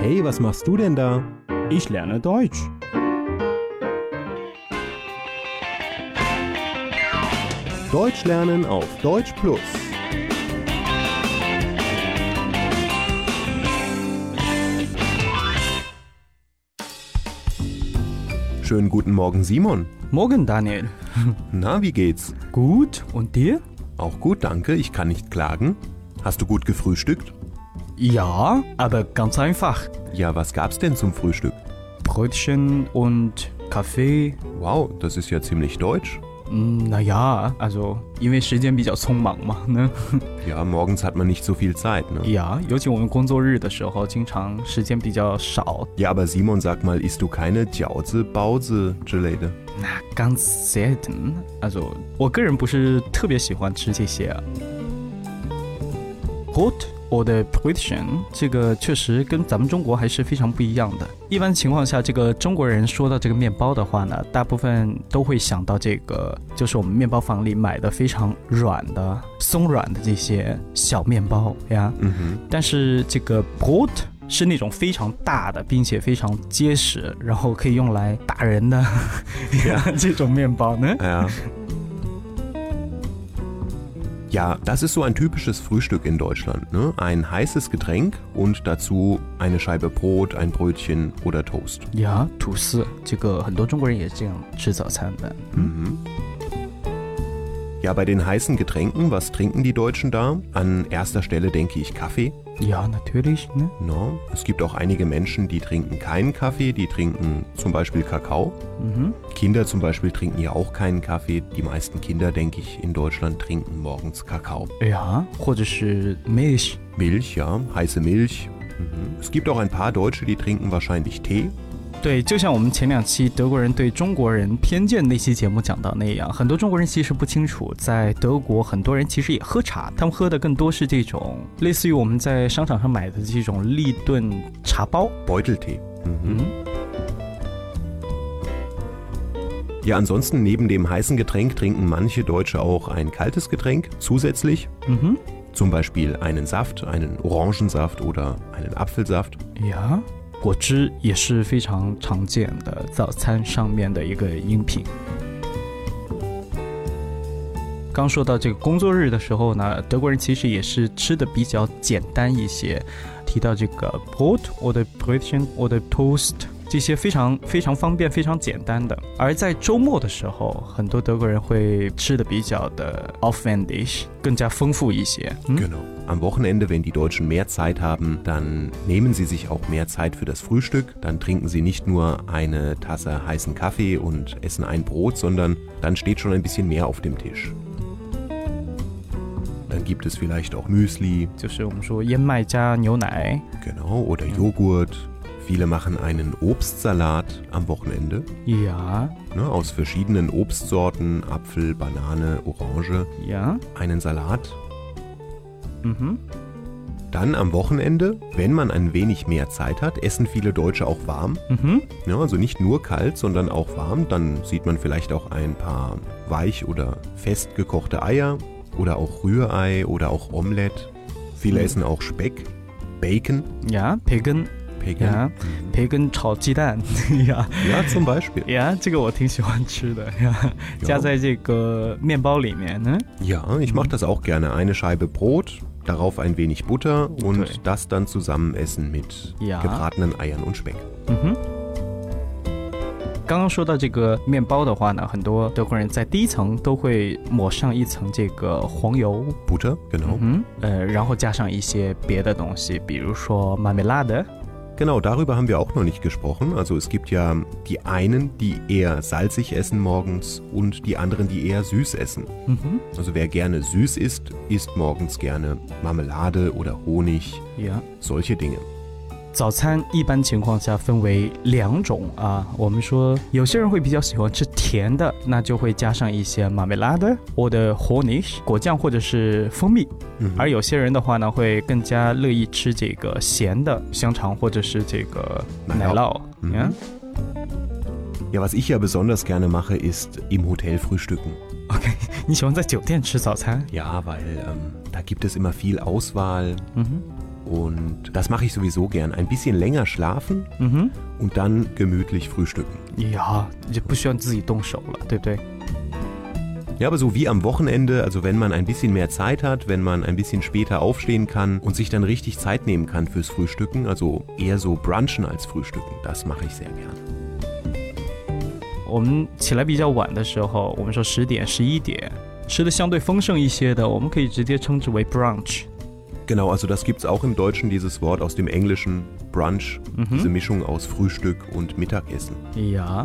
Hey, was machst du denn da? Ich lerne Deutsch. Deutsch lernen auf Deutsch Plus. Schönen guten Morgen, Simon. Morgen, Daniel. Na, wie geht's? Gut, und dir? Auch gut, danke. Ich kann nicht klagen. Hast du gut gefrühstückt? Ja, aber ganz einfach. Ja, was gab's denn zum Frühstück? Brötchen und Kaffee. Wow, das ist ja ziemlich deutsch. Naja, also, 因为时间比较匆忙嘛， 呢， Ja, morgens hat man nicht so viel Zeit, ne? 呀，尤其我们工作日的时候，经常时间比较少。 Ja, aber Simon, sag mal, isst du keine Jause, Bause, Gelede? ganz selten. Also, 呃我个人不是特别喜欢吃这些。Hot oder Brötchen 这个确实跟咱们中国还是非常不一样的。一般情况下，这个中国人说到这个面包的话呢，大部分都会想到这个，就是我们面包房里买的非常软的、松软的这些小面包呀。 Mhm. 但是这个 brot 是那种非常大的，并且非常结实，然后可以用来打人的 这种面包呢。 Ja. Ja, das ist so ein typisches Frühstück in Deutschland. Ne? Ein heißes Getränk und dazu eine Scheibe Brot, ein Brötchen oder Toast. 呀，吐司，这个很多中国人也是这样吃早餐的。 Mhm. Ja, bei den heißen Getränken, was trinken die Deutschen da? An erster Stelle denke ich Kaffee. 呀，natürlich 呢。 No. Es gibt auch einige Menschen, die trinken keinen Kaffee, die trinken zum Beispiel Kakao. 嗯 Kinder zum Beispiel trinken ja auch keinen Kaffee. Die meisten Kinder, denke ich, in Deutschland trinken morgens Kakao. 哼，呀，或者是 milk。 Milch, ja, heiße Milch. Mhm. Es gibt auch ein paar Deutsche, die trinken wahrscheinlich Tee. 对，就像我们前两期德国人对中国人偏见那期节目讲到那样，很多中国人其实不清楚，在德国很多人其实也喝茶，他们喝的更多是这种类似于我们在商场上买的这种立顿茶包。 Beuteltee. Mhm. 嗯， Ja, ansonsten neben dem heißen Getränk trinken manche Deutsche auch ein kaltes Getränk zusätzlich. 嗯哼。 Zum Beispiel einen Saft, einen Orangensaft oder einen Apfelsaft. 呀，果汁也是非常常见的早餐上面的一个饮品。刚说到这个工作日的时候呢，德国人其实也是吃的比较简单一些。提到这个 brot 或者 brötchen 或者 toast 这些非常非常方便、非常简单的。而在周末的时候，很多德国人会吃的比较的 offendish，更加丰富一些。嗯 Genau. Am Wochenende, wenn die Deutschen mehr Zeit haben, dann nehmen sie sich auch mehr Zeit für das Frühstück. Dann trinken sie nicht nur eine Tasse heißen Kaffee und essen ein Brot, sondern dann steht schon ein bisschen mehr auf dem Tisch. Dann gibt es vielleicht auch Müsli, 就是我们说燕麦加牛奶， genau, oder Joghurt. Viele machen einen Obstsalat am Wochenende 呀 ne, aus verschiedenen Obstsorten, Apfel, Banane, Orange, 呀， einen Salat 嗯哼， Dann am Wochenende, wenn man ein wenig mehr Zeit hat, essen viele Deutsche auch warm. 嗯哼， Ja, also nicht nur kalt, sondern auch warm. Dann sieht man vielleicht auch ein paar weich oder fest gekochte Eier oder auch Rührei oder auch Omelette. Viele Mhm. essen auch Speck, Bacon, 呀，培根， Bacon. 呀，培根炒鸡蛋，呀 Ja, zum Beispiel. 呀，这个我挺喜欢吃的呀， Ja. 加在这个面包里面呢。 Ja, ich Mhm. mache das auch gerne. Eine Scheibe Brot, darauf ein wenig Butter und Okay. das dann zusammen essen mit Oh, Ja. gebratenen Eiern und Speck. 嗯哼。刚刚说到这个面包的话呢，很多德国人在第一层都会抹上一层这个黄油， Butter, genau. 嗯，呃，然后加上一些别的东西，比如说 marmelade， Genau, darüber haben wir auch noch nicht gesprochen. Also es gibt ja die einen, die eher salzig essen morgens und die anderen, die eher süß essen. 嗯哼， Also wer gerne süß isst, isst morgens gerne Marmelade oder Honig, 呀、 solche Dinge. 早餐一般情况下分为两种啊，我们说有些人会比较喜欢吃甜的，那就会加上一些 marmelade 或者 Honig 果酱或者是蜂蜜，而有些人的话呢，会更加乐意吃这个咸的香肠或者是这个奶奶酪酪，嗯嗯 Ja, was ich ja besonders gerne mache, ist im Hotel frühstücken. 你喜欢在酒店吃早餐？ Ja, weil ähm, da gibt es immer viel Auswahl. 嗯哼， Und das mache ich sowieso gern. Ein bisschen länger schlafen 嗯哼， und dann gemütlich frühstücken. 呀，就不需要自己动手了，对不对？ Ja, aber so wie am Wochenende, also wenn man ein bisschen mehr Zeit hat, wenn man ein bisschen später aufstehen kann und sich dann richtig Zeit nehmen kann fürs Frühstücken, also eher so brunchen als frühstücken, das mache ich sehr gern. 我们起来比较晚的时候，我们说十点、十一点，吃的相对丰盛一些的，我们可以直接称之为 brunch。 Genau, also das gibt's auch im Deutschen, dieses Wort aus dem Englischen, Brunch, diese Mischung aus Frühstück und Mittagessen. 呀，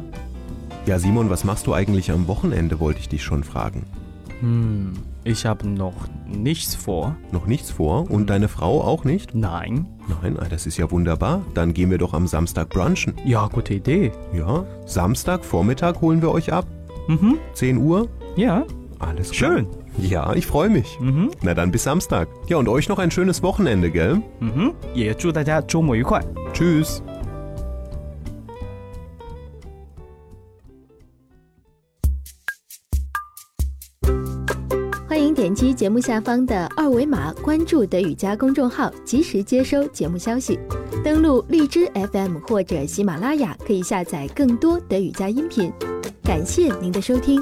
Ja, Simon, was machst du eigentlich am Wochenende, wollte ich dich schon fragen. hm, ich habe noch nichts vor. Noch nichts vor und deine Frau auch nicht? Nein. Nein, ah, das ist ja wunderbar. Dann gehen wir doch am Samstag brunchen. Ja, gute Idee. Ja, Samstag Vormittag holen wir euch ab. Mhm. 10 Uhr? Ja. Alles klar. Schön. Ja, ich freue mich. Mhm. Na dann bis Samstag. Ja, und euch noch ein schönes Wochenende, gell? 嗯哼，也祝大家周末愉快。 Tschüss. Podcast，欢迎点击节目下方的二维码关注德语家公众号，及时接收节目消息。登录荔枝 FM 或者喜马拉雅，可以下载更多德语家音频。感谢您的收听。